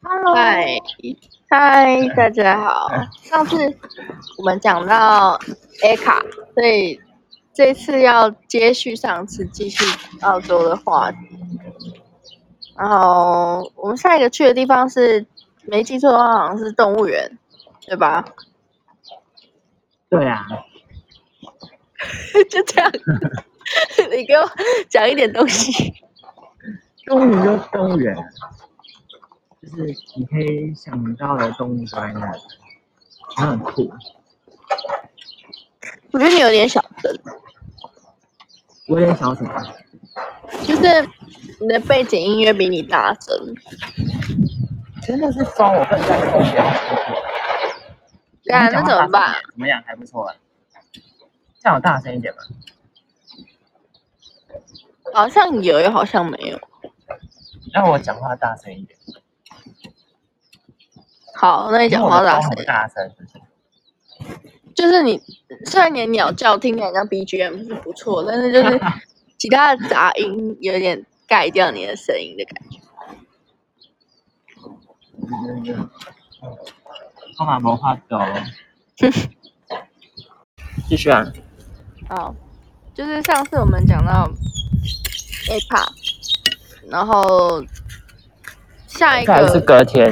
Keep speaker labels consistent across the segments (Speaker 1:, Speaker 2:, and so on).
Speaker 1: Hello，
Speaker 2: 嗨嗨，大家好。上次我们讲到 A 卡，所以这次要接续上次继续澳洲的话题。然后我们下一个去的地方是，没记错的话好像是动物园，对吧？
Speaker 1: 对啊，
Speaker 2: 就这样，你给我讲一点东西。
Speaker 1: 动物园就是动物园，啊就是你可以想到的动物都在那里，然后很酷。
Speaker 2: 我觉得你有点小声，
Speaker 1: 我有点小什么？
Speaker 2: 就是你的背景音乐比你大声。
Speaker 1: 真的是疯，我不能再动了。
Speaker 2: 对啊，那怎么办？？
Speaker 1: 怎么样？还不错啊。这样我大声一点吧。
Speaker 2: 好像有，又好像没有。
Speaker 1: 让我讲话大声一点。
Speaker 2: 好，那你讲话大声
Speaker 1: 因为我的风很。大声。
Speaker 2: 就是你，虽然你的鸟叫听起来像 BGM 是不错，但是就是其他的杂音有点盖掉你的声音的感觉。
Speaker 1: 嗯嗯嗯我嘛无法 度。哦继续啊。
Speaker 2: 好，就是上次我们讲到 APA，然后下一
Speaker 1: 这还是
Speaker 2: 个
Speaker 1: 隔天。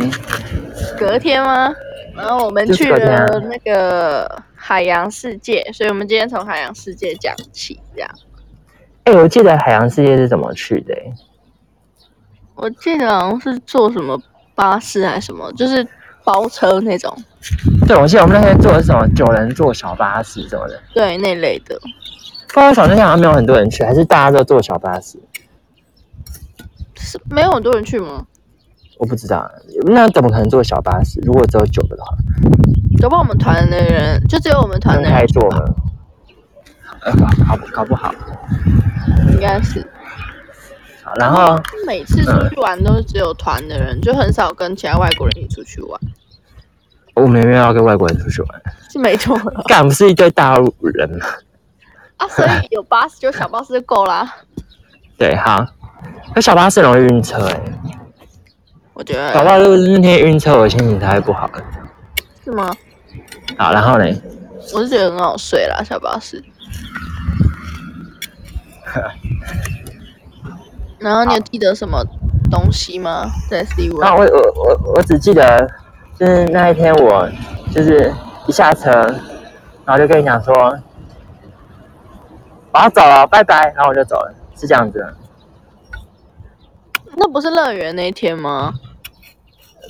Speaker 2: 隔天吗？然后我们
Speaker 1: 就是
Speaker 2: 去
Speaker 1: 隔天啊
Speaker 2: 了那个海洋世界，所以我们今天从海洋世界讲起，这样。
Speaker 1: 哎、我记得海洋世界是怎么去的、欸？
Speaker 2: 我记得好像是坐什么巴士还是什么，就是包车那种，
Speaker 1: 对，我记得我们那天坐的是什么九人坐小巴士什么的，
Speaker 2: 对那类的。
Speaker 1: 不知道小那天好像没有很多人去，还是大家都坐小巴士，
Speaker 2: 是没有很多人去吗？
Speaker 1: 我不知道。那怎么可能坐小巴士？如果只有九个的话，
Speaker 2: 搞不好我们团的人就只有我们团
Speaker 1: 分
Speaker 2: 的人
Speaker 1: 开
Speaker 2: 去
Speaker 1: 坐
Speaker 2: 吧，
Speaker 1: 吗？呃，搞搞搞不好。
Speaker 2: 应该是。
Speaker 1: 好然后
Speaker 2: 每次出去玩都是只有团的人，就很少跟其他外国人一起出去玩，
Speaker 1: 我们有没有要跟外国人出去玩？
Speaker 2: 是没错的
Speaker 1: 干不是一堆大陆人吗？
Speaker 2: 啊。所以有巴士就小巴士就够啦，
Speaker 1: 对，好。可小巴士容易晕车哎、
Speaker 2: 我觉
Speaker 1: 搞不
Speaker 2: 得
Speaker 1: 好如果是那天晕车，我心情才会不好。
Speaker 2: 是吗？
Speaker 1: 好，然后呢？
Speaker 2: 我是觉得很好睡啦，小巴 士。然后你有记得什么东西吗？在 C
Speaker 1: 啊，
Speaker 2: 位
Speaker 1: 我我我我只记得，就是那一天我就是一下车，然后就跟你讲说我要走了，拜拜，然后我就走了，是这样子的，
Speaker 2: 那不是乐园那一天吗？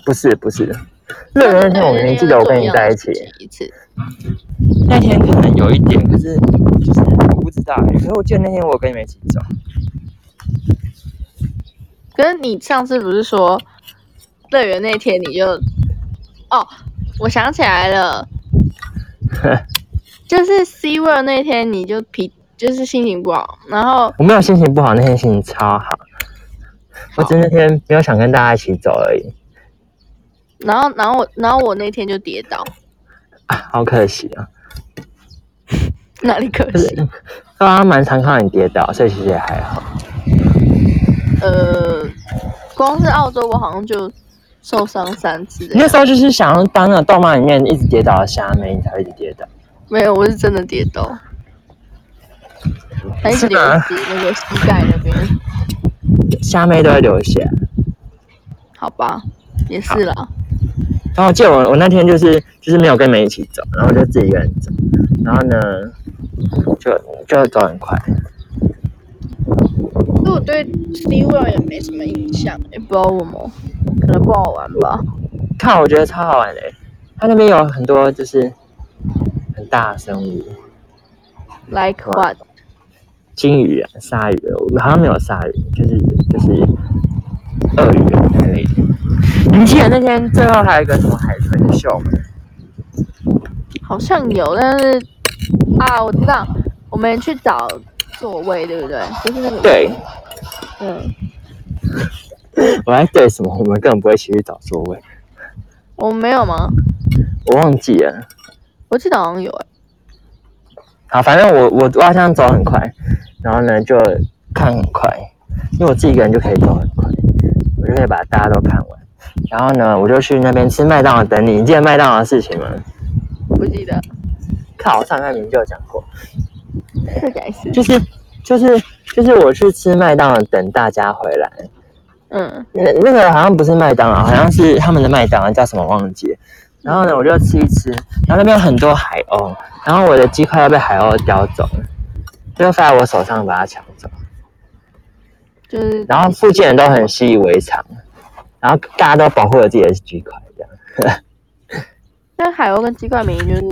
Speaker 1: 不是不是。乐园那天我
Speaker 2: 乐园
Speaker 1: 没
Speaker 2: 天
Speaker 1: 记得我跟
Speaker 2: 做一
Speaker 1: 你
Speaker 2: 样
Speaker 1: 在
Speaker 2: 的
Speaker 1: 一起
Speaker 2: 事，情一次。
Speaker 1: 那天可能有一点，可是就是我不知道、欸可是我记得那天我跟你们一起走，
Speaker 2: 可是你上次不是说乐园那天你就哦，我想起来 了，就是 C World 那天你就脾就是心情不好，然后
Speaker 1: 我没有心情不好，那天心情超好，我只是那天没有想跟大家一起走而已，
Speaker 2: 然后然后我然后我那天就跌倒，
Speaker 1: 啊，好可惜啊，
Speaker 2: 哪里可
Speaker 1: 就是
Speaker 2: 惜？
Speaker 1: 刚刚蛮常看到你跌倒，所以其实也还好。
Speaker 2: 呃，光是澳洲我好像就受伤三次，欸
Speaker 1: 那时候就是想要当那个动漫里面一直跌倒的虾妹，你才会一直跌倒。
Speaker 2: 没有，我是真的跌倒，还一直
Speaker 1: 是
Speaker 2: 流
Speaker 1: 吗
Speaker 2: 血那个膝盖那边，
Speaker 1: 虾妹都会流血。
Speaker 2: 好吧，也是啦。
Speaker 1: 然后我记得我我那天就是就是没有跟你们一起走，然后我就自己一个人走。然后呢，就就走很快。
Speaker 2: 所以我对 Sea World 也没什么印象，也不知道为什么，可能不好玩吧。
Speaker 1: 看，我觉得超好玩的、它那边有很多就是很大的生物，
Speaker 2: Like
Speaker 1: 好
Speaker 2: what？
Speaker 1: 金鱼啊、鲨鱼啊，我好像没有鲨鱼，就是就是鳄鱼啊之类的。你记得那天最后还有一个什么海豚秀吗？
Speaker 2: 好像有，但是啊，我知道，我们去找座位，对不对？就是那个，
Speaker 1: 对，
Speaker 2: 嗯，
Speaker 1: 我在对什么？我们根本不会一起去找座位。
Speaker 2: 我们没有吗？
Speaker 1: 我忘记了。
Speaker 2: 我记得好像有、欸，
Speaker 1: 好，反正我我我好像走很快，然后呢就看很快，因为我自己一个人就可以走很快，我就可以把大家都看完。然后呢，我就去那边吃麦当劳等你。你记得麦当劳的事情吗？
Speaker 2: 不记得，
Speaker 1: 靠，上半明就有讲过，
Speaker 2: 这该是，
Speaker 1: 就是就是就是我去吃麦当劳等大家回来，
Speaker 2: 嗯
Speaker 1: 那那个好像不是麦当劳，好像是他们的麦当劳，叫什么忘记了。然后呢，我就吃一吃，然后那边有很多海鸥，然后我的鸡块要被海鸥叼走了，就放在我手上把它抢走。
Speaker 2: 就是，
Speaker 1: 然后附近人都很习以为常，然后大家都保护了自己的鸡块，这样。
Speaker 2: 但海鸥跟鸡冠明就是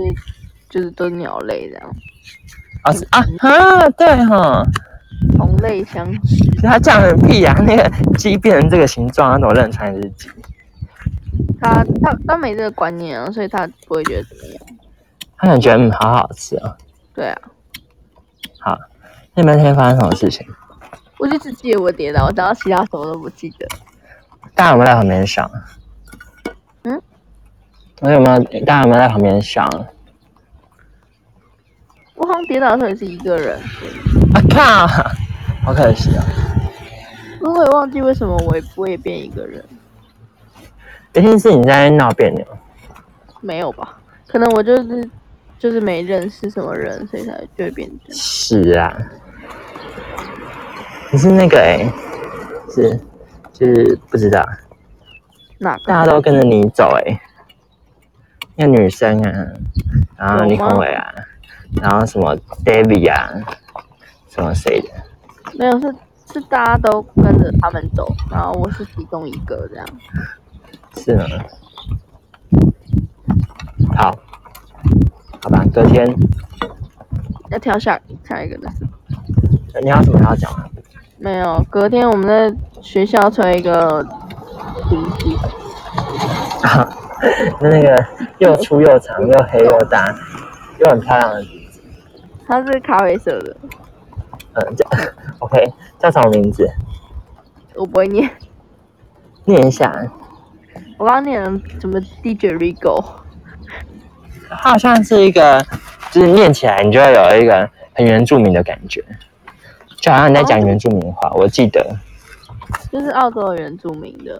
Speaker 2: 就是都是鸟类这样，
Speaker 1: 啊是啊啊，对哈，
Speaker 2: 同类相食，
Speaker 1: 它这样很屁啊！那个鸡变成这个形状，它怎么认出来是鸡？
Speaker 2: 他他他没这个观念啊，所以他不会觉得怎么样，
Speaker 1: 它可能觉得嗯，好好吃哦。
Speaker 2: 对啊，
Speaker 1: 那边那天发生什么事情？
Speaker 2: 我就只记得我跌倒，我然后其他什么都不记得，
Speaker 1: 大家有没有在旁边笑？
Speaker 2: 嗯，
Speaker 1: 我有没有？大家有没有在旁边笑？啊
Speaker 2: 我好像跌倒的时候也是一个人，
Speaker 1: 靠！好可惜哦。
Speaker 2: 我也忘记为什么我也我也变一个人，
Speaker 1: 一定是你在闹别扭。
Speaker 2: 没有吧？可能我就是就是没认识什么人，所以才就会变这样。
Speaker 1: 是啊，你是那个哎、是就是不知道，
Speaker 2: 哪个？
Speaker 1: 大家都跟着你走哎、那女生啊，然后
Speaker 2: 有
Speaker 1: 李
Speaker 2: 吗
Speaker 1: 宏伟啊，然后什么 David 啊，什么谁的，
Speaker 2: 没有，是是大家都跟着他们走，然后我是其中一个这样。
Speaker 1: 是吗？好，好吧，隔天
Speaker 2: 要跳下下一个的是
Speaker 1: 你还有什么要讲吗？
Speaker 2: 没有，隔天我们在学校吹一个笛子，
Speaker 1: 那那个又粗又长又黑又大又很漂亮的，
Speaker 2: 它是咖啡色的，
Speaker 1: 嗯，叫 OK 叫什么名字？
Speaker 2: 我不会念，
Speaker 1: 念一下，
Speaker 2: 我刚念了什么 DJ Rigo，
Speaker 1: 它好像是一个，就是念起来你就会有一个很原住民的感觉，就好像你在讲原住民话。我记得
Speaker 2: 就是澳洲的原住民的，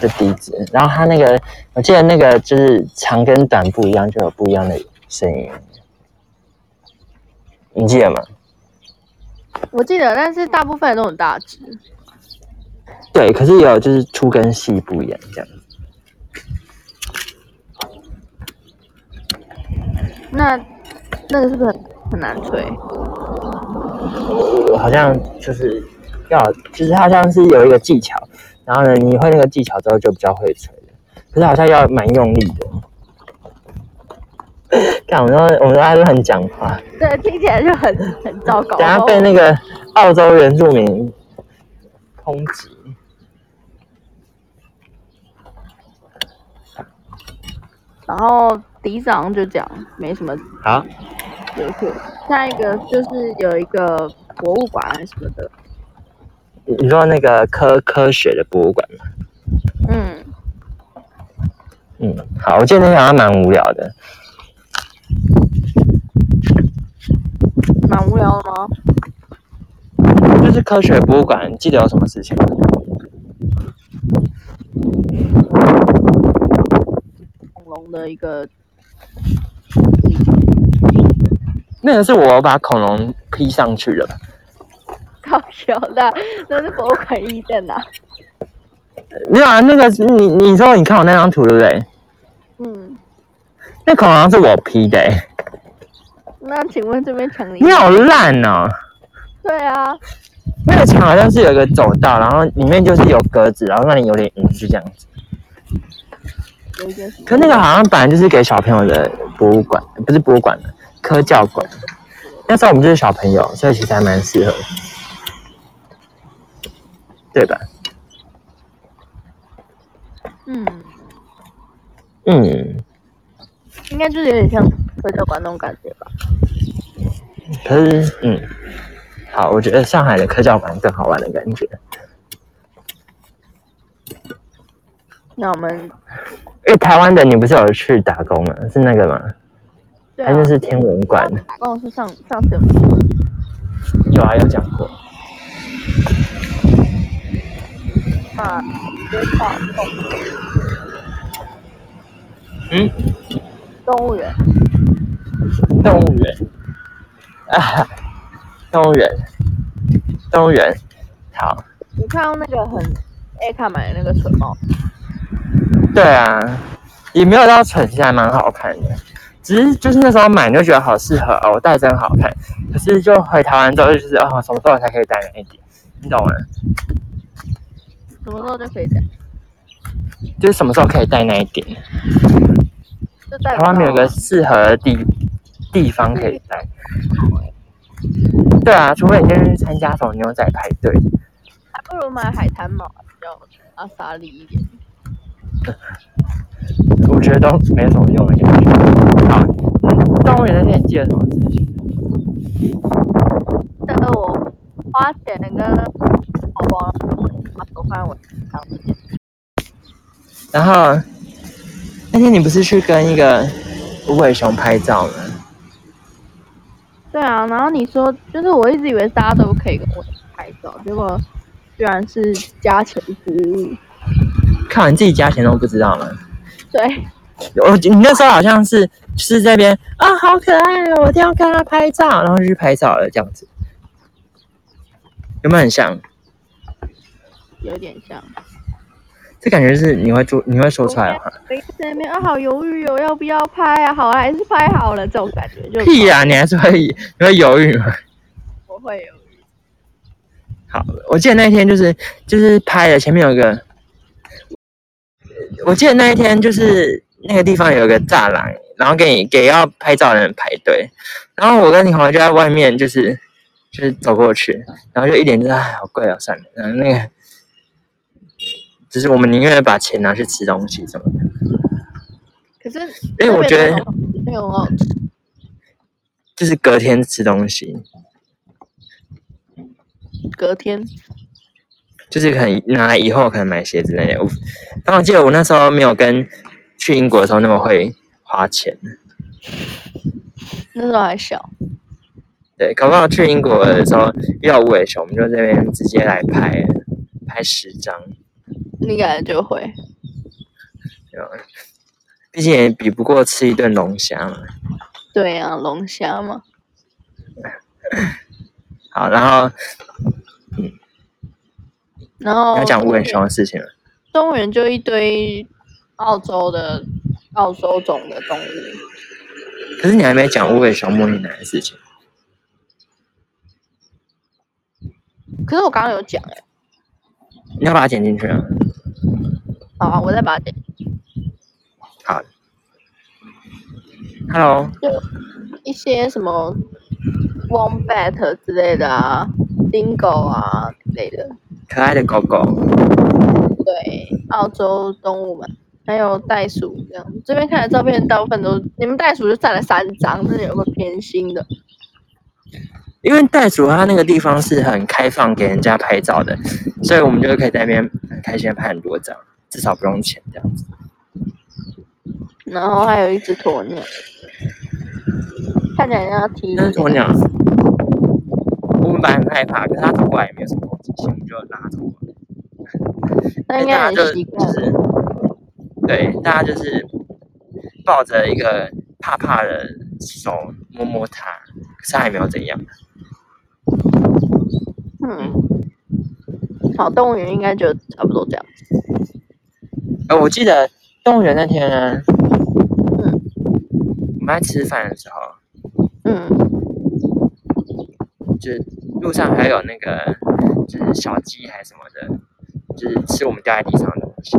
Speaker 1: 的笛子，然后它那个，我记得那个就是长跟短不一样，就有不一样的声音。你记得吗？
Speaker 2: 我记得，但是大部分人都很大只，
Speaker 1: 对，可是也有就是粗跟细不一样这样。
Speaker 2: 那那个是不是很很难吹？
Speaker 1: 我好像就是要，就是它好像是有一个技巧，然后呢，你会那个技巧之后就比较会吹了，可是好像要蛮用力的。看，我们都我们都在乱讲话，
Speaker 2: 对，听起来就很很糟糕。
Speaker 1: 等下被那个澳洲原住民抨击。
Speaker 2: 然后笛子好像就这样，没什么
Speaker 1: 好，
Speaker 2: 游客。下一个就是有一个博物馆还是什么的，
Speaker 1: 你你说那个科科学的博物馆吗？
Speaker 2: 嗯，
Speaker 1: 嗯，好，我记得那天好像蛮无聊的，
Speaker 2: 蛮无聊的哦吗？
Speaker 1: 就是科学博物馆，记得有什么事情吗？
Speaker 2: 恐龙的一个，
Speaker 1: 那个是我把恐龙 P 上去的吧，
Speaker 2: 搞笑的，那是博物馆意义在哪？
Speaker 1: 没有啊，那个是你你说你看我那张图对不对？
Speaker 2: 嗯，
Speaker 1: 那恐龙是我 P 的、欸，
Speaker 2: 那请问这边成立
Speaker 1: 你？好烂哦、
Speaker 2: 对啊，
Speaker 1: 那个墙好像是有一个走道，然后里面就是有格子，然后让你有点隐居这样子。
Speaker 2: 有一件什么？
Speaker 1: 可那个好像本来就是给小朋友的博物馆，不是博物馆的科教馆。那时候我们就是小朋友，所以其实还蛮适合，对吧？
Speaker 2: 嗯，
Speaker 1: 嗯，
Speaker 2: 应该就是有点像科教馆那种感觉吧。
Speaker 1: 可是嗯，好，我觉得上海的科教馆更好玩的感觉。
Speaker 2: 那我们
Speaker 1: 因为台湾的你不是有去打工吗？是那个吗？
Speaker 2: 对
Speaker 1: 还
Speaker 2: 啊
Speaker 1: 是，是天文馆？
Speaker 2: 打工是上上次有说
Speaker 1: 有啊，有讲过。
Speaker 2: 啊，接到动物
Speaker 1: 嗯，
Speaker 2: 动物园，
Speaker 1: 动物园啊，动物园，动物园，好，
Speaker 2: 你看到那个很 A 卡买的那个蠢猫，
Speaker 1: 对啊，也没有到蠢，其实还蛮好看的。只是就是那时候买就觉得好适合哦，戴真好看。可是就回台湾之后就觉得哦，什么时候才可以戴远一点？你懂吗？
Speaker 2: 什么时候就可以讲？
Speaker 1: 就是什么时候可以戴那一点？
Speaker 2: 就代
Speaker 1: 台
Speaker 2: 表
Speaker 1: 湾没有个适合的地地方可以戴。对啊，除非你先去参加什么牛仔派对，
Speaker 2: 还不如买海滩毛比较阿萨利一点。
Speaker 1: 我觉得都没什么用的感觉。好，动物园那天你记得什么资讯？
Speaker 2: 但是我花钱跟宝宝把手放在我身上这件事，
Speaker 1: 然后那天你不是去跟一个无尾熊拍照吗？
Speaker 2: 对啊，然后你说就是我一直以为大家都可以跟我拍照，结果居然是加钱服务。
Speaker 1: 靠，你自己加钱都不知道吗？
Speaker 2: 对，
Speaker 1: 我你那时候好像是就是这边啊，好可爱哦，我一定要跟它拍照，然后就去拍照了，这样子，有没有很像？
Speaker 2: 有点像。
Speaker 1: 这感觉是你会做，你会说出来的话。
Speaker 2: 我一直在那边啊，好犹豫哦，要不要拍啊？好，还是拍好了，这种感觉就
Speaker 1: 屁啊呀、你还是会你会犹豫吗？
Speaker 2: 我会犹豫。
Speaker 1: 好，我记得那一天就是就是拍了，前面有一个，我记得那一天就是那个地方有一个栅栏，然后给你给要拍照的人排队，然后我跟你好像就在外面，就是就是走过去，然后就一脸就是哎好贵哦，算了，然后那个就是我们宁愿把钱拿去吃东西什么的。
Speaker 2: 可是
Speaker 1: 因哎为我觉得
Speaker 2: 没有哦，
Speaker 1: 就是隔天吃东西，
Speaker 2: 隔天
Speaker 1: 就是可能拿来以后可能买鞋之类的。我但我记得我那时候没有跟去英国的时候那么会花钱，
Speaker 2: 那时候还小，
Speaker 1: 对，搞不好去英国的时候遇到无尾熊，我们就这边直接来拍拍十张，
Speaker 2: 你感觉就会。
Speaker 1: 对吧毕竟也比不过吃一顿龙虾嘛。
Speaker 2: 对啊，龙虾嘛，
Speaker 1: 好，然后
Speaker 2: 然后
Speaker 1: 要讲无尾熊的事情了。
Speaker 2: 动物园就一堆澳洲的澳洲种的动物，
Speaker 1: 可是你还没讲无尾熊莫莉奶的事情。
Speaker 2: 可是我刚刚有讲哎、
Speaker 1: 你要把它剪进去啊！
Speaker 2: 好啊，我再把它点。
Speaker 1: Hello，
Speaker 2: 一些什么 wombat 之类的啊，dingo 啊之类的，
Speaker 1: 可爱的狗狗，
Speaker 2: 对，澳洲动物们，还有袋鼠这样。这边看的照片大部分都，你们袋鼠就占了三张，真的有个偏心的。
Speaker 1: 因为袋鼠它那个地方是很开放给人家拍照的，所以我们就可以在那边很开心地拍很多张，至少不用钱这样子。
Speaker 2: 然后还有一只鸵鸟，看起来像要踢。
Speaker 1: 那是鸵鸟，我们本来很害怕，可是它走过来也没有什么攻击性，我们就拉走了。
Speaker 2: 那应该
Speaker 1: 哎大家
Speaker 2: 很
Speaker 1: 就
Speaker 2: 习惯
Speaker 1: 就。是，对，大家就是抱着一个怕怕的手摸摸它，可是它也没有怎样。
Speaker 2: 嗯，好，动物园应该就差不多这样。
Speaker 1: 呃，我记得动物园那天呢，
Speaker 2: 嗯
Speaker 1: 我们在吃饭的时候，
Speaker 2: 嗯，
Speaker 1: 就是路上还有那个就是小鸡还是什么的，就是吃我们掉在地上的东西。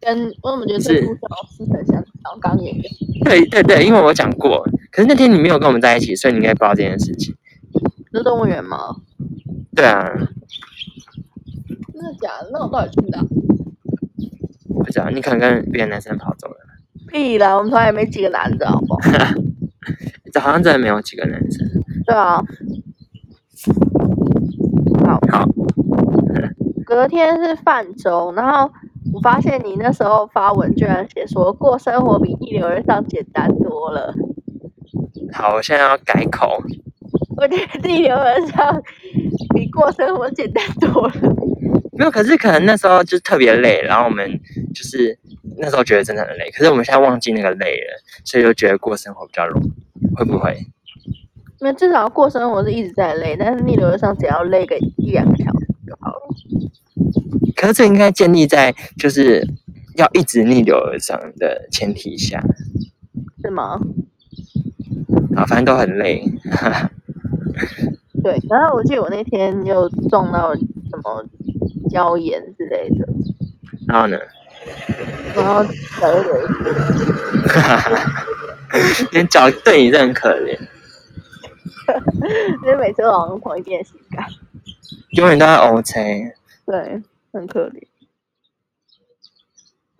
Speaker 2: 跟我怎么觉得
Speaker 1: 是
Speaker 2: 这部老师很像刚刚演的？
Speaker 1: 对对对，因为我讲过，可是那天你没有跟我们在一起，所以你应该不知道这件事情。
Speaker 2: 是动物园吗？
Speaker 1: 对啊，
Speaker 2: 真的假的？那我到底去哪？
Speaker 1: 不知道你可能跟别的男生跑走了，
Speaker 2: 屁啦，我们团也没几个男的，好不好？
Speaker 1: 这好像真的没有几个男生。
Speaker 2: 对啊。好。
Speaker 1: 好。
Speaker 2: 隔天是泛舟，然后我发现你那时候发文居然写说过生活比一流人上简单多了。
Speaker 1: 好，我现在要改口，
Speaker 2: 我觉得地球人上比过生活简单多了。
Speaker 1: 没有，可是可能那时候就特别累，然后我们就是那时候觉得真的很累，可是我们现在忘记那个累了，所以就觉得过生活比较容易，会不会？
Speaker 2: 因为至少过生活是一直在累，但是逆流而上只要累个一两个小时就好了。
Speaker 1: 可是这应该建立在就是要一直逆流而上的前提下
Speaker 2: 是吗？
Speaker 1: 啊，反正都很累。
Speaker 2: 对，然后我记得我那天又撞到什么椒盐之类的，
Speaker 1: 然后呢，
Speaker 2: 然后脚有点
Speaker 1: 连脚对你都很可怜，
Speaker 2: 就是每次都好像同一边膝盖，
Speaker 1: 永远都在 O C。
Speaker 2: 对，很可怜。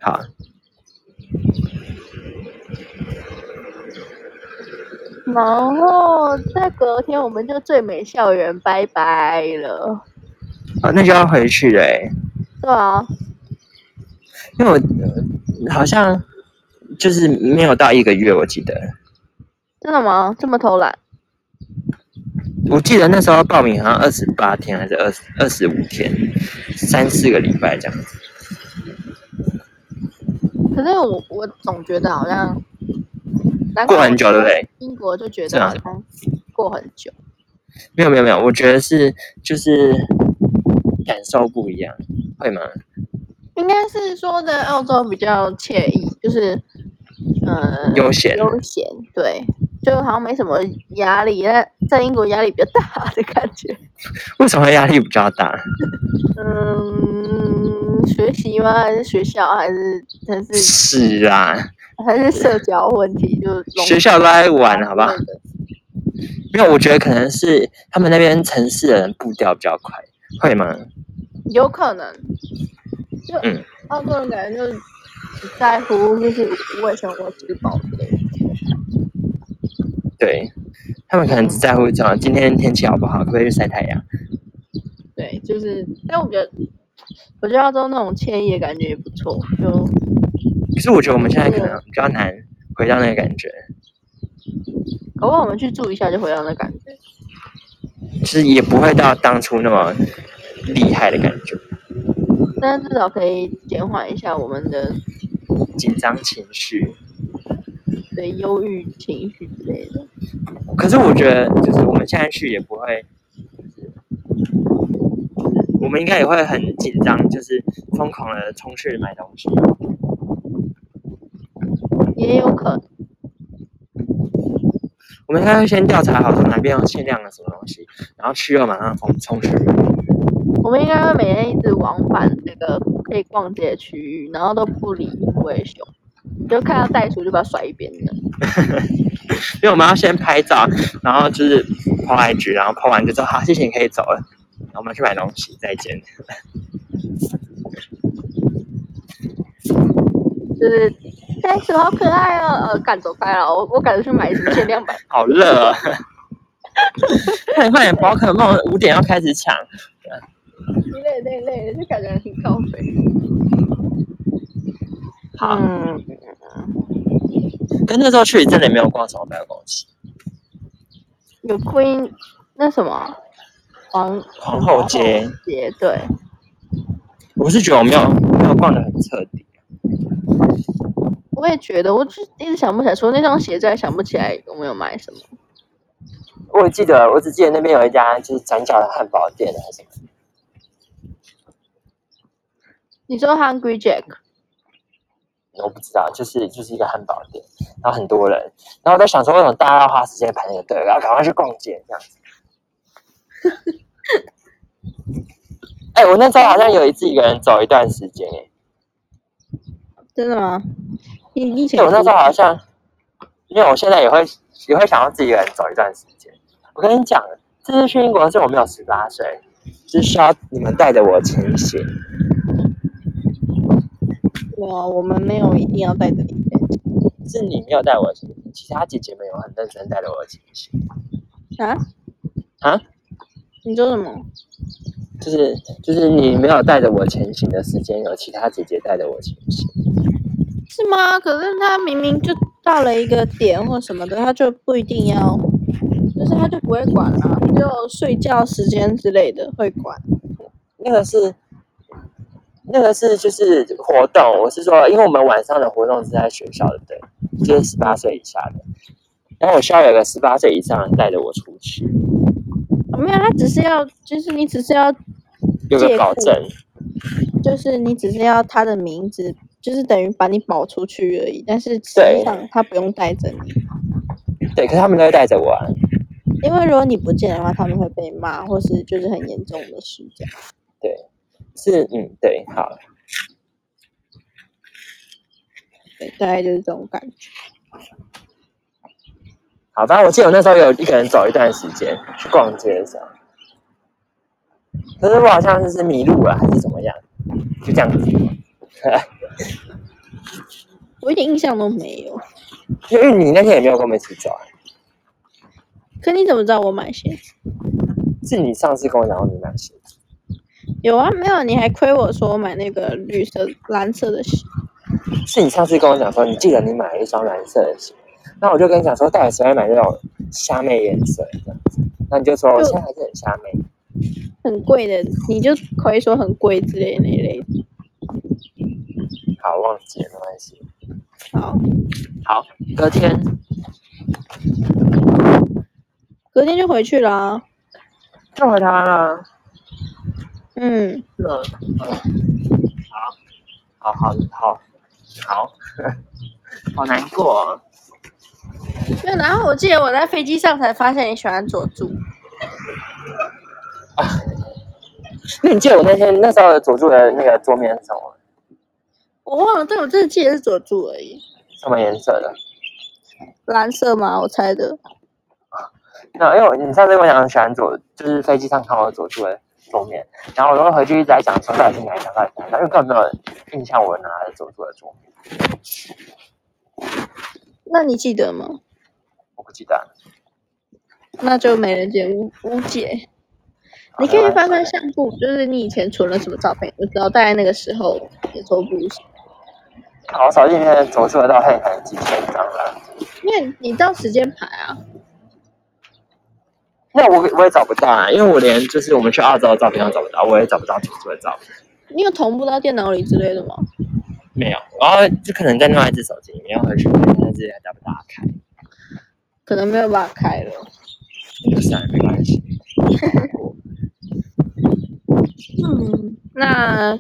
Speaker 1: 好，
Speaker 2: 然后在隔天我们就最美校园拜拜了，
Speaker 1: 哦，那就要回去了、欸。
Speaker 2: 对啊，
Speaker 1: 因为我呃好像就是没有到一个月，我记得，
Speaker 2: 真的吗？这么偷懒？
Speaker 1: 我记得那时候报名好像二十八天还是二二十五天，三四个礼拜这样。
Speaker 2: 可是我我总觉得好像难怪
Speaker 1: 过很久对不对？
Speaker 2: 英国就觉
Speaker 1: 是
Speaker 2: 得
Speaker 1: 啊
Speaker 2: 好像过很久，
Speaker 1: 没有没有没有，我觉得是就是感受不一样，会吗？
Speaker 2: 应该是说在澳洲比较惬意，就是呃
Speaker 1: 悠闲
Speaker 2: 悠闲，对，就好像没什么压力，在在英国压力比较大的感觉。
Speaker 1: 为什么压力比较大？
Speaker 2: 嗯，学习吗？还是学校？还是还是
Speaker 1: 是啊，
Speaker 2: 还是社交问题？就是笼
Speaker 1: 学校都在玩，好不
Speaker 2: 之？
Speaker 1: 好
Speaker 2: 类的
Speaker 1: 没有，我觉得可能是他们那边城市的人步调比较快，会吗？
Speaker 2: 有可能，就、
Speaker 1: 嗯
Speaker 2: 澳洲人感觉就是只在乎就是卫生我吃饱之类的。
Speaker 1: 对，他们可能只在乎讲今天天气好不好，可不可以去晒太阳。
Speaker 2: 对，就是，但我觉得，我觉得澳洲那种惬意的感觉也不错，就
Speaker 1: 可是我觉得我们现在可能比较难回到那个感觉，
Speaker 2: 搞不好我们去住一下就回到那感觉。
Speaker 1: 就是也不会到当初那么厉害的感觉，
Speaker 2: 但是至少可以减缓一下我们的
Speaker 1: 紧张情绪。
Speaker 2: 对忧郁情绪之类的。
Speaker 1: 可是我觉得，就是我们现在去也不会，就是我们应该也会很紧张，就是疯狂的冲去买东西。
Speaker 2: 也有可能，
Speaker 1: 我们应该会先调查好说哪边有限量的什么东西，然后去了马上疯冲去。
Speaker 2: 我们应该会每天一直往返那个可以逛街的区域，然后都不理无尾熊，就看到袋鼠就把它甩一边的。
Speaker 1: 因为我们要先拍照，然后就是抛 IG，然后抛完就说好，谢谢你可以走了，然后我们去买东西，再见。
Speaker 2: 就是袋鼠好可爱哦，呃，赶走开了，我我赶着去买什么限量版。
Speaker 1: 好热、啊，快点快点，宝可梦五点要开始抢。
Speaker 2: 累累累，就感觉挺高飞。
Speaker 1: 好，
Speaker 2: 嗯，
Speaker 1: 但那时候去真的没有逛什么百货公司，
Speaker 2: 有 Queen 那什么皇
Speaker 1: 皇后街，
Speaker 2: 街对，
Speaker 1: 我是觉得我没有没有逛的很彻底。
Speaker 2: 我也觉得，我就一直想不起来，除了那双鞋之外，想不起来有没有买什么。
Speaker 1: 我记得，我只记得那边有一家就是转角的汉堡店还是什么，
Speaker 2: 你说 Hungry Jack
Speaker 1: 我不知道，就是就是一个汉堡店，然后很多人，然后我在想说为什么大家要花时间排那个队，然后赶快去逛街这样子。哎、我那时候好像有一次一个人走一段时间哎、
Speaker 2: 真的吗？你你以前
Speaker 1: 对，我那时候好像，因为我现在也会也会想要自己一个人走一段时间。我跟你讲，这次去英国是我没有十八岁，就是需要你们带着我前行。
Speaker 2: 我我们没有一定要带着你
Speaker 1: 是你没有带我前行，其他姐姐们有很认真带着我前行。
Speaker 2: 啊
Speaker 1: 啊？
Speaker 2: 你说什么？
Speaker 1: 就是就是你没有带着我前行的时间，有其他姐姐带着我前行。
Speaker 2: 是吗？可是他明明就到了一个点或什么的，他就不一定要，就是他就不啊会管了、只有睡觉时间之类的会管。
Speaker 1: 那个是那个是就是活动，我是说，因为我们晚上的活动是在学校的，对，就是十八岁以下的。然后我需要有个十八岁以上的带着我出去，
Speaker 2: 哦没有，他只是要，就是你只是要，
Speaker 1: 有
Speaker 2: 借
Speaker 1: 个
Speaker 2: 库
Speaker 1: 保证。
Speaker 2: 就是你只是要他的名字，就是等于把你保出去而已。但是实
Speaker 1: 对
Speaker 2: 际上他不用带着你，
Speaker 1: 对，可是他们都会带着我啊。
Speaker 2: 因为如果你不见的话，他们会被骂，或是就是很严重的事这样。
Speaker 1: 是，嗯，对，好。
Speaker 2: 对，大概就是这种感觉。
Speaker 1: 好，反正我记得我那时候有一个人走一段时间去逛街的时候，可是我好像就是迷路了还是怎么样，就这样子，
Speaker 2: 我一点印象都没有。
Speaker 1: 因为你那天也没有跟我们一起走啊，
Speaker 2: 可你怎么知道我买鞋子？
Speaker 1: 是你上次跟我讲过你买鞋子，
Speaker 2: 有啊，没有？你还亏我说我买那个绿色、蓝色的鞋。
Speaker 1: 是你上次跟我讲说你记得你买了一双蓝色的鞋，那我就跟你讲说到底谁会买那种虾妹颜色这样子，那你就说我现在还是很虾妹，
Speaker 2: 很贵的，你就可以说很贵之类的那一类的。
Speaker 1: 好忘记了没关系，
Speaker 2: 好，
Speaker 1: 好，隔天
Speaker 2: 隔天就回去了啊。
Speaker 1: 就回台湾了，
Speaker 2: 嗯，
Speaker 1: 是吗？好，好好好好，好难过、哦。
Speaker 2: 对。然后我记得我在飞机上才发现你喜欢佐助，
Speaker 1: 那你记得我那天那时候佐助的那个桌面是什么
Speaker 2: 我忘了，对我真的记得是佐助而已。
Speaker 1: 什么颜色的？
Speaker 2: 蓝色吗？我猜的。
Speaker 1: 那因为我你上次跟我讲很喜欢佐，就是飞机上看我佐助的桌面，然后我又回去一直在讲说到底是哪一张，到底是哪一张，因为根本没有人印象我拿的佐助的桌面，
Speaker 2: 那你记得吗？
Speaker 1: 我不记得啊。
Speaker 2: 那就没人解无无解。你可以翻翻相簿，就是你以前存了什么照片，我只要大概那个时候也都不行。
Speaker 1: 看我手机里面的佐助的照片可能几千张了，
Speaker 2: 因为你照时间排啊，
Speaker 1: 那我我也找不到啊，因为我连就是我们去澳洲的照片都找不到，我也找不到佐助的照片，
Speaker 2: 你有同步到电脑里之类的吗？
Speaker 1: 没有，然后就可能在另外一只手机里面要回去看，但是还打不打开，
Speaker 2: 可能没有把它开了。
Speaker 1: 就算了，没关系。
Speaker 2: 嗯，那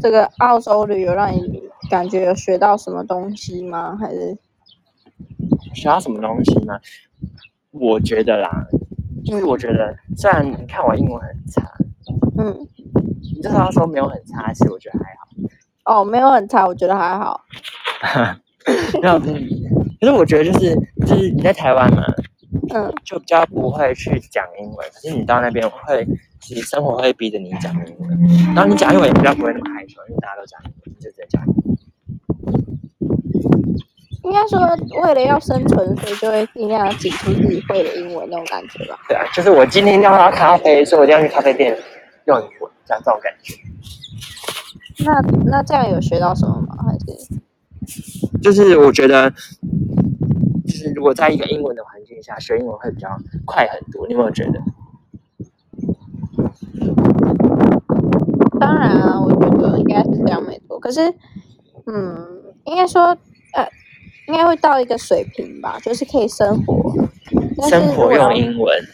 Speaker 2: 这个澳洲旅游让你感觉有学到什么东西吗？还是
Speaker 1: 学啊到什么东西吗？我觉得啦，就是我觉得，虽然你看我英文很差，
Speaker 2: 嗯
Speaker 1: 你就算说没有很差，其实我觉得还好。
Speaker 2: 哦，没有很差，我觉得还好。
Speaker 1: 没有，嗯可是我觉得就是就是你在台湾嘛，
Speaker 2: 嗯，
Speaker 1: 就比较不会去讲英文，可是你到那边会，其实生活会逼着你讲英文，然后你讲英文也比较不会那么害羞，因为大家都讲英文，你就直接讲英文。
Speaker 2: 应该说为了要生存，所以就会尽量挤出自己会的英文那种感觉吧。
Speaker 1: 对啊，就是我今天一定要喝咖啡，所以我一定要去咖啡店用英文，像这种感觉。
Speaker 2: 那那这样有学到什么吗？还是
Speaker 1: 就是我觉得，就是如果在一个英文的环境下学英文会比较快很多，你有没有觉得？
Speaker 2: 当然啊，我觉得应该是这样没错。可是，嗯，应该说呃，应该会到一个水平吧，就是可以生活。但是
Speaker 1: 生
Speaker 2: 如
Speaker 1: 活
Speaker 2: 果要
Speaker 1: 用英文，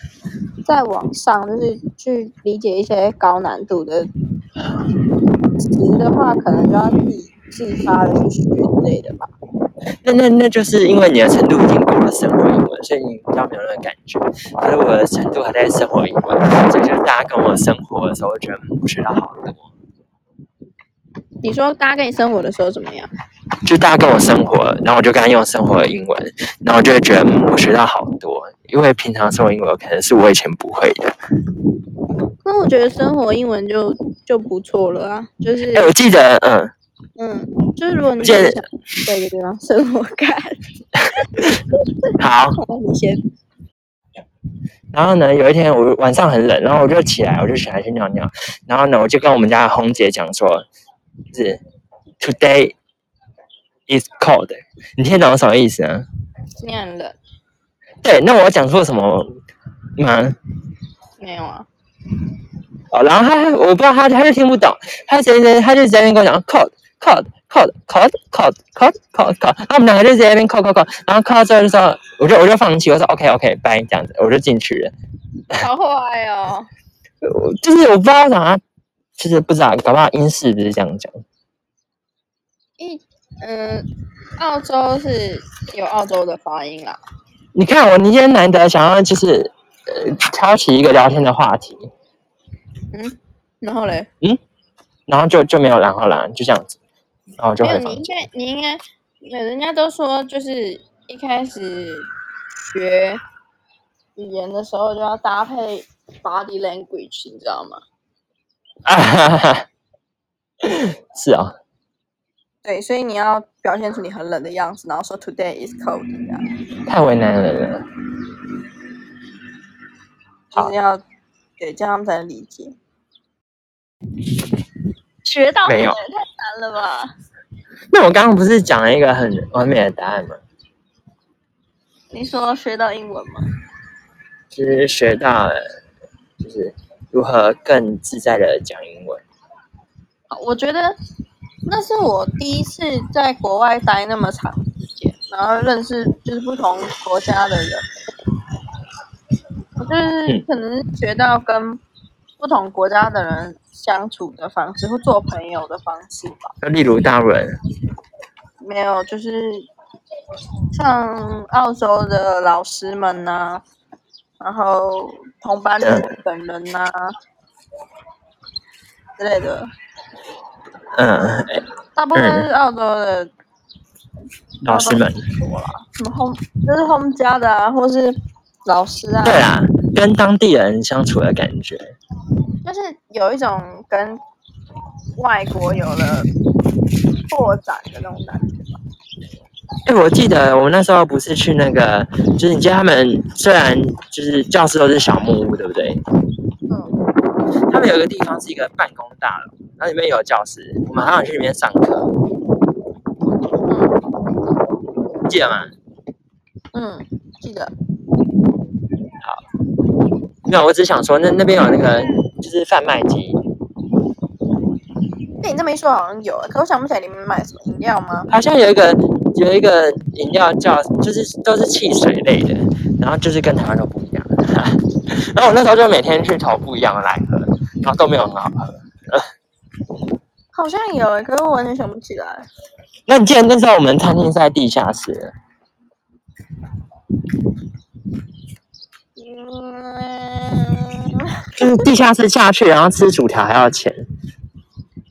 Speaker 2: 在网上就是去理解一些高难度的词的话，可能就要自己自发的去学之类的吧。
Speaker 1: 那那那就是因为你的程度已经过了生活英文，所以你比较没有那个感觉。可是我的程度还在生活英文，所以就是大家跟我生活的时候，我觉得嗯学到好多。
Speaker 2: 你说大家跟你生活的时候怎么样？
Speaker 1: 就大家跟我生活，然后我就跟他用生活的英文，然后我就会觉得嗯，我学到好多，因为平常生活英文可能是我以前不会的。
Speaker 2: 那我觉得生活英文就就不错了啊，就是
Speaker 1: 哎，我记得，嗯，
Speaker 2: 嗯，就是如果你
Speaker 1: 我记得
Speaker 2: 想对一个地方生活感，
Speaker 1: 好。
Speaker 2: 你先
Speaker 1: 然后呢，有一天我晚上很冷，然后我就起来，我就起来去尿尿。然后呢，我就跟我们家的红姐讲说，是 today is cold。你听懂我什么意思啊？
Speaker 2: 今天很冷，
Speaker 1: 对，那我讲错什么吗？
Speaker 2: 没有啊？
Speaker 1: 哦，然后他还我不知道他他是听不懂，他直接他就直接在那边跟我讲 code code code code code code code code，然后我们两个就直接在那边 code code code，然后 code 到最后就说，我就我就放弃，我说 OK OK 拜这样子，我就进去了。
Speaker 2: 好坏哦。
Speaker 1: 我就是我不知道啥，就是不知道，搞不好英式不是这样讲。
Speaker 2: 一嗯，澳洲是有澳洲的发音啦。
Speaker 1: 你看我，你今天难得想要就是呃挑起一个聊天的话题，
Speaker 2: 然后嘞，
Speaker 1: 然后就就没有然后啦，就这样子，然后我就
Speaker 2: 没有，
Speaker 1: 会
Speaker 2: 你
Speaker 1: 放
Speaker 2: 应
Speaker 1: 弃。
Speaker 2: 该你应该，那人家都说就是一开始学语言的时候就要搭配 body language，你知道吗？
Speaker 1: 啊哈哈， 是啊、
Speaker 2: 对，所以你要表现出你很冷的样子，然后说 today is cold，这样
Speaker 1: 太为难人了。
Speaker 2: 就
Speaker 1: 好
Speaker 2: 是要对，这样他们才能理解。学到
Speaker 1: 没有
Speaker 2: 了太难了吧？
Speaker 1: 那我刚刚不是讲了一个很完美的答案吗？
Speaker 2: 你说学到英文吗？
Speaker 1: 就是学到了，就是如何更自在的讲英文。
Speaker 2: 我觉得那是我第一次在国外待那么长时间，然后认识就是不同国家的人，我就是
Speaker 1: 嗯
Speaker 2: 可能学到跟不同国家的人相处的方式，或做朋友的方式吧。
Speaker 1: 就例如大人，
Speaker 2: 没有，就是像澳洲的老师们呐、然后同班的本人呐、之类的，
Speaker 1: 嗯，
Speaker 2: 大部分是澳洲的
Speaker 1: 老师们，
Speaker 2: 什么 home 就是 home 家的啊，或是老师啊，
Speaker 1: 对啦，跟当地人相处的感觉，
Speaker 2: 就是有一种跟外国有了拓展的那种感觉。
Speaker 1: 哎、我记得我们那时候不是去那个，就是你记得他们虽然就是教室都是小木屋，对不对？
Speaker 2: 嗯，
Speaker 1: 他们有一个地方是一个办公大楼，然后里面有教室，我们好像去里面上课，记得吗？
Speaker 2: 嗯，记得
Speaker 1: 没有，我只想说那那边有那个就是贩卖机，
Speaker 2: 哎被你这么一说，好像有，欸可我想不起来你们买什么饮料吗？
Speaker 1: 好像有一个有一个饮料叫就是都是汽水类的，然后就是跟台湾都不一样。 然后我那时候就每天去投不一样的来喝，然后都没有很好喝。
Speaker 2: 好像有欸，可是我完全想不起来。
Speaker 1: 那你记得那时候我们餐厅是在地下室，
Speaker 2: 嗯，
Speaker 1: 就是地下室下去，然后吃薯条还要钱。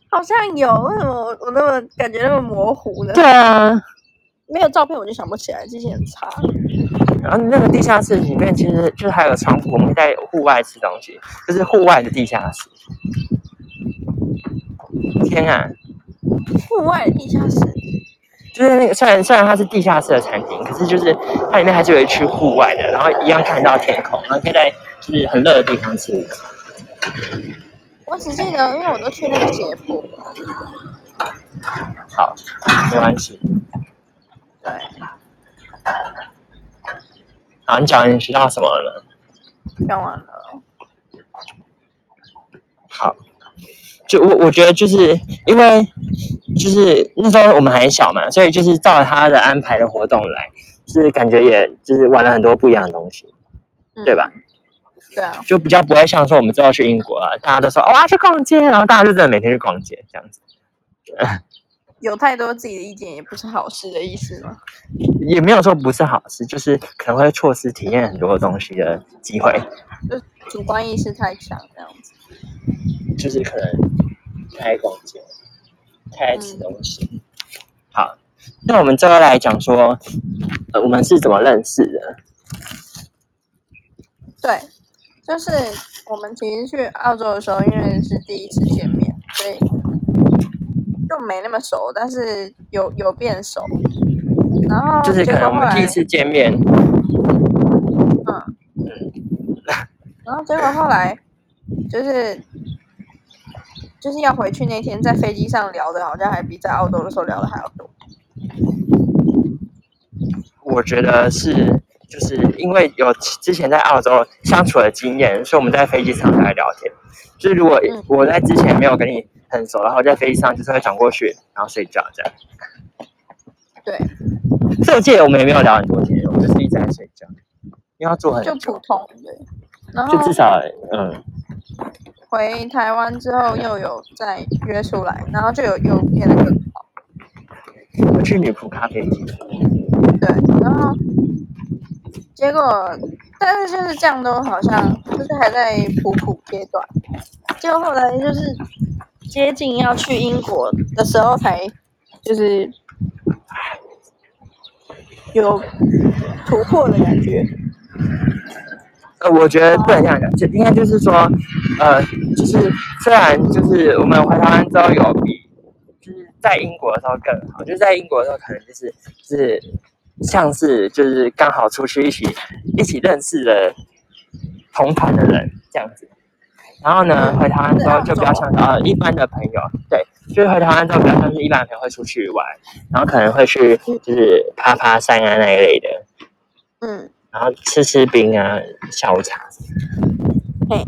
Speaker 2: 好像有，为什么我我那么感觉那么模糊呢？
Speaker 1: 对啊，
Speaker 2: 没有照片我就想不起来，记性很差。
Speaker 1: 然后那个地下室里面其实就是还有床铺，我们在户外吃东西，就是户外的地下室。天啊，
Speaker 2: 户外的地下室，
Speaker 1: 就是那个虽然虽然它是地下室的餐厅，可是就是它里面还是有一区户外的，然后一样看到天空，然后可以在就是很热的地方吃。
Speaker 2: 我只记得，因为我都去那个斜坡。
Speaker 1: 好，没关系。
Speaker 2: 对。
Speaker 1: 好，你讲你学到什么了？
Speaker 2: 讲完了。
Speaker 1: 好，就我我觉得就是因为就是那时候我们还小嘛，所以就是照他的安排的活动来，就是感觉也就是玩了很多不一样的东西，
Speaker 2: 嗯
Speaker 1: 对吧？？
Speaker 2: 对啊，
Speaker 1: 就比较不会像说我们之后去英国啊，大家都说哦我要去逛街，然后大家就真的每天去逛街这样子，
Speaker 2: 有太多自己的意见也不是好事的意思吗？
Speaker 1: 也没有说不是好事，就是可能会错失体验很多东西的机会，
Speaker 2: 主观意识太强这样子。
Speaker 1: 就是可能太爱逛街，太爱吃东西。好，那我们最后来讲说，呃，我们是怎么认识的？
Speaker 2: 对，就是我们其实去澳洲的时候，因为是第一次见面，所以就没那么熟，但是有有变熟。然后
Speaker 1: 就是
Speaker 2: 结
Speaker 1: 可
Speaker 2: 果
Speaker 1: 能我
Speaker 2: 后
Speaker 1: 们
Speaker 2: 来
Speaker 1: 第一次见面，
Speaker 2: 然后结果后来就是就是要回去那天，在飞机上聊的，好像还比在澳洲的时候聊的还要多。
Speaker 1: 我觉得是就是因为有之前在澳洲相处的经验，所以我们在飞机上才会聊天。就是如果
Speaker 2: 嗯
Speaker 1: 我在之前没有跟你很熟，然后在飞机上就是会转过去，然后睡觉这样。
Speaker 2: 对，
Speaker 1: 所以我记得我们也没有聊很多天，我们就是一直在睡觉，因为要坐很
Speaker 2: 就
Speaker 1: 久，
Speaker 2: 普通的。然后
Speaker 1: 就至少嗯，
Speaker 2: 回台湾之后又有再约出来，然后就有又变得更好。
Speaker 1: 我去女仆咖啡厅，
Speaker 2: 对，然后结果，但是就是这样都好像就是还在普普阶段，结果后来就是接近要去英国的时候才就是有突破的感觉。
Speaker 1: 呃，我觉得不能这样讲，就应该就是说，呃，就是虽然就是我们回台湾之后有比就是在英国的时候更好，就是在英国的时候可能就是就是像是就是刚好出去一起一起认识的同团的人这样子。然后呢，回台湾之后就比较像是呃一般的朋友，对，就是回台湾之后比较像是一般的朋友会出去玩，然后可能会去就是爬爬山啊那一类的，
Speaker 2: 嗯，
Speaker 1: 然后吃吃冰啊、下午茶。
Speaker 2: 嘿，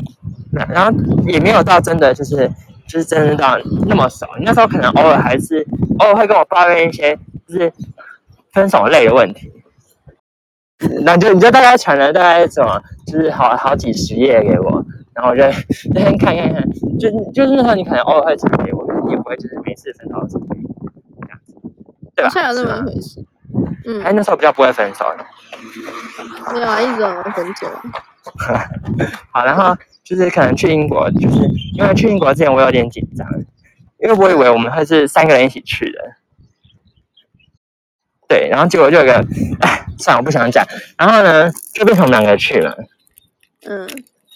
Speaker 1: 那然后也没有到真的就是就是真的到那么熟，那时候可能偶尔还是偶尔会跟我抱怨一些就是分手类的问题。那就你就大概传了大概什么，就是好好几十页给我，然后我就 那天看看看，就就是那时候你可能偶尔会传给我，可是你也不会就是每次分手的时候给我这样子，对吧？
Speaker 2: 好像有这么一
Speaker 1: 是吗
Speaker 2: 回事。
Speaker 1: 哎，
Speaker 2: 嗯，
Speaker 1: 那时候比较不会分手，
Speaker 2: 没有啊，一直有很久啊。
Speaker 1: 好，然后就是可能去英国，就是因为去英国之前我有点紧张，因为我以为我们会是三个人一起去的，对，然后结果就有一个，哎，算了，我不想讲。然后呢，就变成我们两个去了。
Speaker 2: 嗯，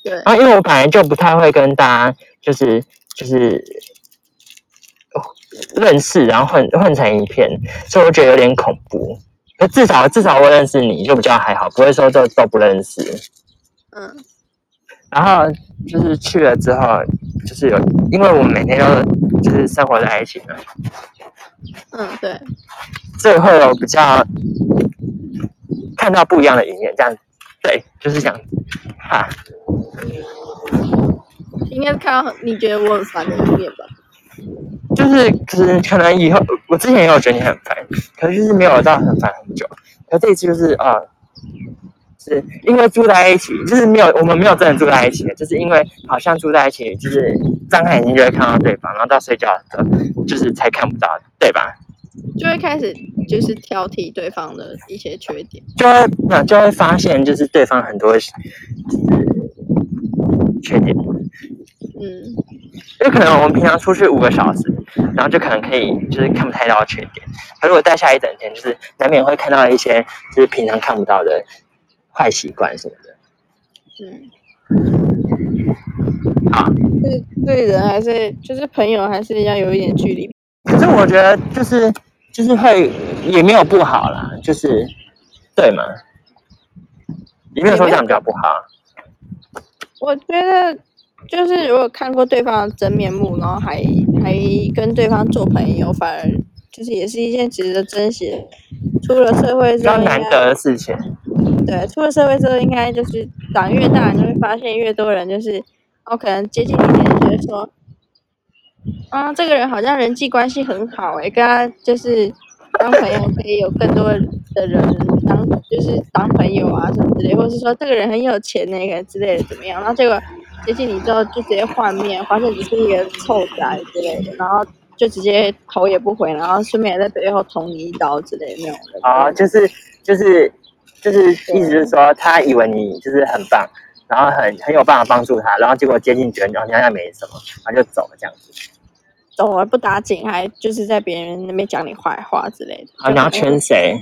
Speaker 2: 对，
Speaker 1: 然后因为我本来就不太会跟大家就是就是哦认识，然后混混成一片，所以我觉得有点恐怖。可至少至少我认识你，就比较还好，不会说都都不认识。
Speaker 2: 嗯，
Speaker 1: 然后就是去了之后，就是有，因为我们每天都就是生活在一起嘛，
Speaker 2: 嗯，对，
Speaker 1: 所以会有比较看到不一样的一面，这样，对，就是这样子，啊哈，
Speaker 2: 应该是看到很你觉得我很烦的一面吧？
Speaker 1: 就是可是可能以后我之前也有觉得你很烦，可是就是没有到很烦很久，可这一次就是啊。呃是因为住在一起，就是没有我们没有真的住在一起，就是因为好像住在一起，就是张开眼睛就会看到对方，然后到睡觉的时候就是才看不到，对吧？
Speaker 2: 就会开始就是挑剔对方的一些缺点。
Speaker 1: 就会那就会发现，就是对方很多就是缺点，
Speaker 2: 嗯，
Speaker 1: 就可能我们平常出去五个小时，然后就可能可以就是看不太到缺点，可是我待下一整天，就是难免会看到一些就是平常看不到的坏习惯什么的。
Speaker 2: 嗯，
Speaker 1: 好，
Speaker 2: 对对人还是就是朋友还是要有一点距离。
Speaker 1: 可是我觉得就是就是会也没有不好啦，就是对嘛，也没有说这样比较不好。啊
Speaker 2: 我觉得就是如果看过对方的真面目，然后还还跟对方做朋友，反而就是也是一件值得珍惜的。出了社会
Speaker 1: 比
Speaker 2: 之后
Speaker 1: 较
Speaker 2: 应
Speaker 1: 难
Speaker 2: 该，
Speaker 1: 得的事情，
Speaker 2: 对，出了社会之后应该就是长越大，你就会发现越多人就是，我、可能接近你的人就会说，啊，这个人好像人际关系很好诶、跟他就是当朋友可以有更多的人当就是当朋友啊什么之类，或是说这个人很有钱那个之类的怎么样，然后结果接近你之后就直接换面，发现只是一个臭宅之类的，然后就直接头也不回，然后顺便也在背后捅你一刀之类的那种人。
Speaker 1: 哦，就是就是就是意思是说，他以为你就是很棒，然后很很有办法帮助他，然后结果接近觉得哦你好像没什么，然后就走了这样子，
Speaker 2: 走了不打紧，还就是在别人那边讲你坏话之类的。
Speaker 1: 啊，你要圈谁？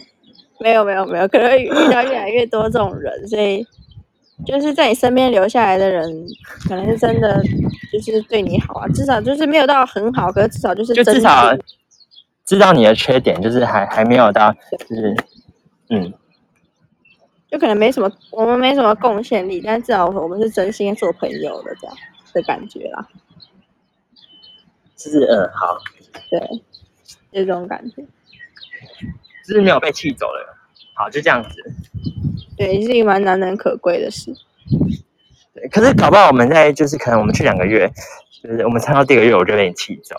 Speaker 2: 没有没有没有，可能遇到越来越多这种人，所以就是在你身边留下来的人，可能是真的就是对你好啊，至少就是没有到很好，可是至少就是
Speaker 1: 就
Speaker 2: 真
Speaker 1: 至
Speaker 2: 心
Speaker 1: 少知道你的缺点，就是还还没有到，就是嗯，
Speaker 2: 就可能没什么，我们没什么贡献力，但至少我们是真心做朋友的这样的感觉啦，
Speaker 1: 就是嗯好，
Speaker 2: 对，就这种感觉，
Speaker 1: 就是没有被气走了，好就这样子。
Speaker 2: 对，是一个蛮难能可贵的事。
Speaker 1: 对可是搞不好我们在就是可能我们去两个月，就是我们参到第一个月我就被你气走，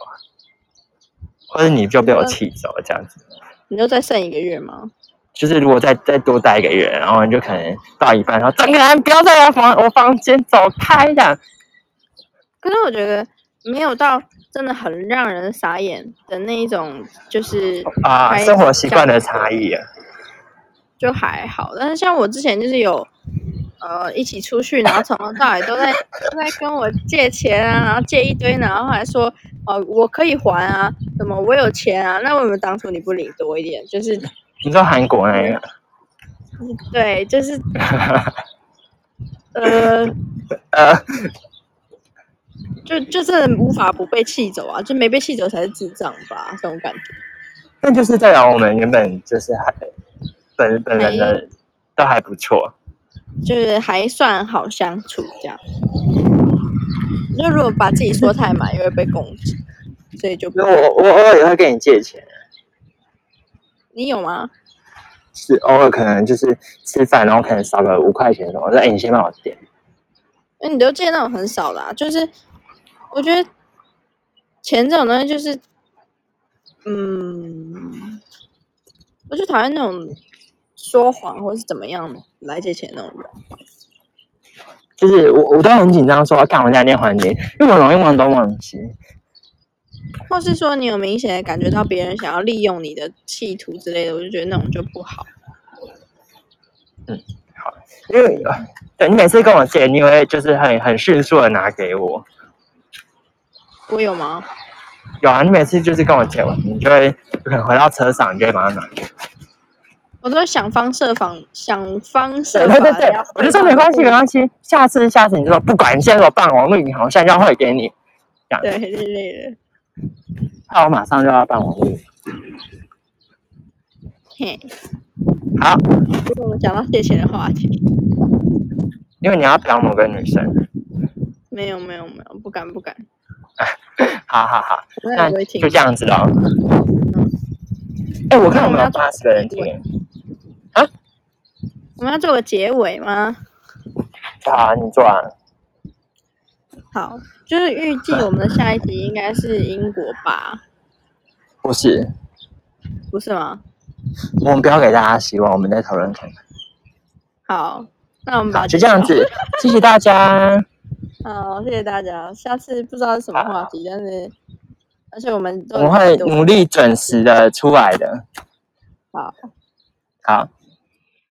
Speaker 1: 或者你就被我气走这样子。
Speaker 2: 你就再剩一个月吗？
Speaker 1: 就是如果再再多待一个月，然后你就可能到一半，然后张可安不要在我房我房间走开这样。
Speaker 2: 可是我觉得没有到真的很让人傻眼的那一种，就是
Speaker 1: 啊，
Speaker 2: 还
Speaker 1: 生活习惯的差异啊，
Speaker 2: 就还好。但是像我之前就是有呃一起出去，然后从头到尾都在都在跟我借钱啊，然后借一堆，然后还说哦、呃我可以还啊，什么我有钱啊，那为什么当初你不领多一点？就是
Speaker 1: 你说韩国那个，
Speaker 2: 对，就是呃，
Speaker 1: 呃，
Speaker 2: 就就是无法不被气走啊，就没被气走才是智障吧，这种感觉。
Speaker 1: 那就是代表我们原本就是还本本人的都还不错，
Speaker 2: 就是还算好相处这样。就如果把自己说太满，又会被攻击，所以就不
Speaker 1: 因为我我偶尔也会跟你借钱，
Speaker 2: 你有吗？
Speaker 1: 是偶尔可能就是吃饭，然后可能少个五块钱什么，我说哎、你先帮我点，
Speaker 2: 那你都借那种很少的、啊，就是我觉得钱这种东西就是，嗯，我就讨厌那种说谎或是怎么样来借钱那种人。
Speaker 1: 就是我我都很紧张说啊干我在那环境，因为我容易忘东忘西，
Speaker 2: 或是说你有明显的感觉到别人想要利用你的企图之类的，我就觉得那种就不好。
Speaker 1: 因为呃对你每次跟我借，你会就是很很迅速的拿给我，
Speaker 2: 我有吗？
Speaker 1: 有啊，你每次就是跟我借完，你就会可能回到车上，你就会马上拿
Speaker 2: 我都想方设法，想方设
Speaker 1: 对
Speaker 2: 法
Speaker 1: 对对
Speaker 2: 地
Speaker 1: 对
Speaker 2: 要，
Speaker 1: 我就说没关系，没
Speaker 2: 啊。
Speaker 1: 关系，下次下次你就说不管，你现在给我办网络银行，我现在就汇给你，
Speaker 2: 对之类的。
Speaker 1: 那我马上就要办网络银
Speaker 2: 嘿，
Speaker 1: 行。好，
Speaker 2: 我们讲到借钱的话题，
Speaker 1: 因为你要表某个女生，
Speaker 2: 没有没有没有，不敢不敢，
Speaker 1: 好好好，
Speaker 2: 我
Speaker 1: 那
Speaker 2: 也不会听嗯
Speaker 1: 就。这样子喽。哎、我看我们有八十个人听，
Speaker 2: 我们要做个结尾吗？
Speaker 1: 好、啊，你做啊。
Speaker 2: 好，就是预计我们的下一集应该是英国吧，
Speaker 1: 不是，
Speaker 2: 不是吗？
Speaker 1: 我们不要给大家希望，我们再讨论看看。
Speaker 2: 好，那我们把
Speaker 1: 好，就这样。子，谢谢大家。
Speaker 2: 好，谢谢大家。下次不知道是什么话题，但是而且我们都
Speaker 1: 我们会努力准时的出来的。
Speaker 2: 好，
Speaker 1: 好，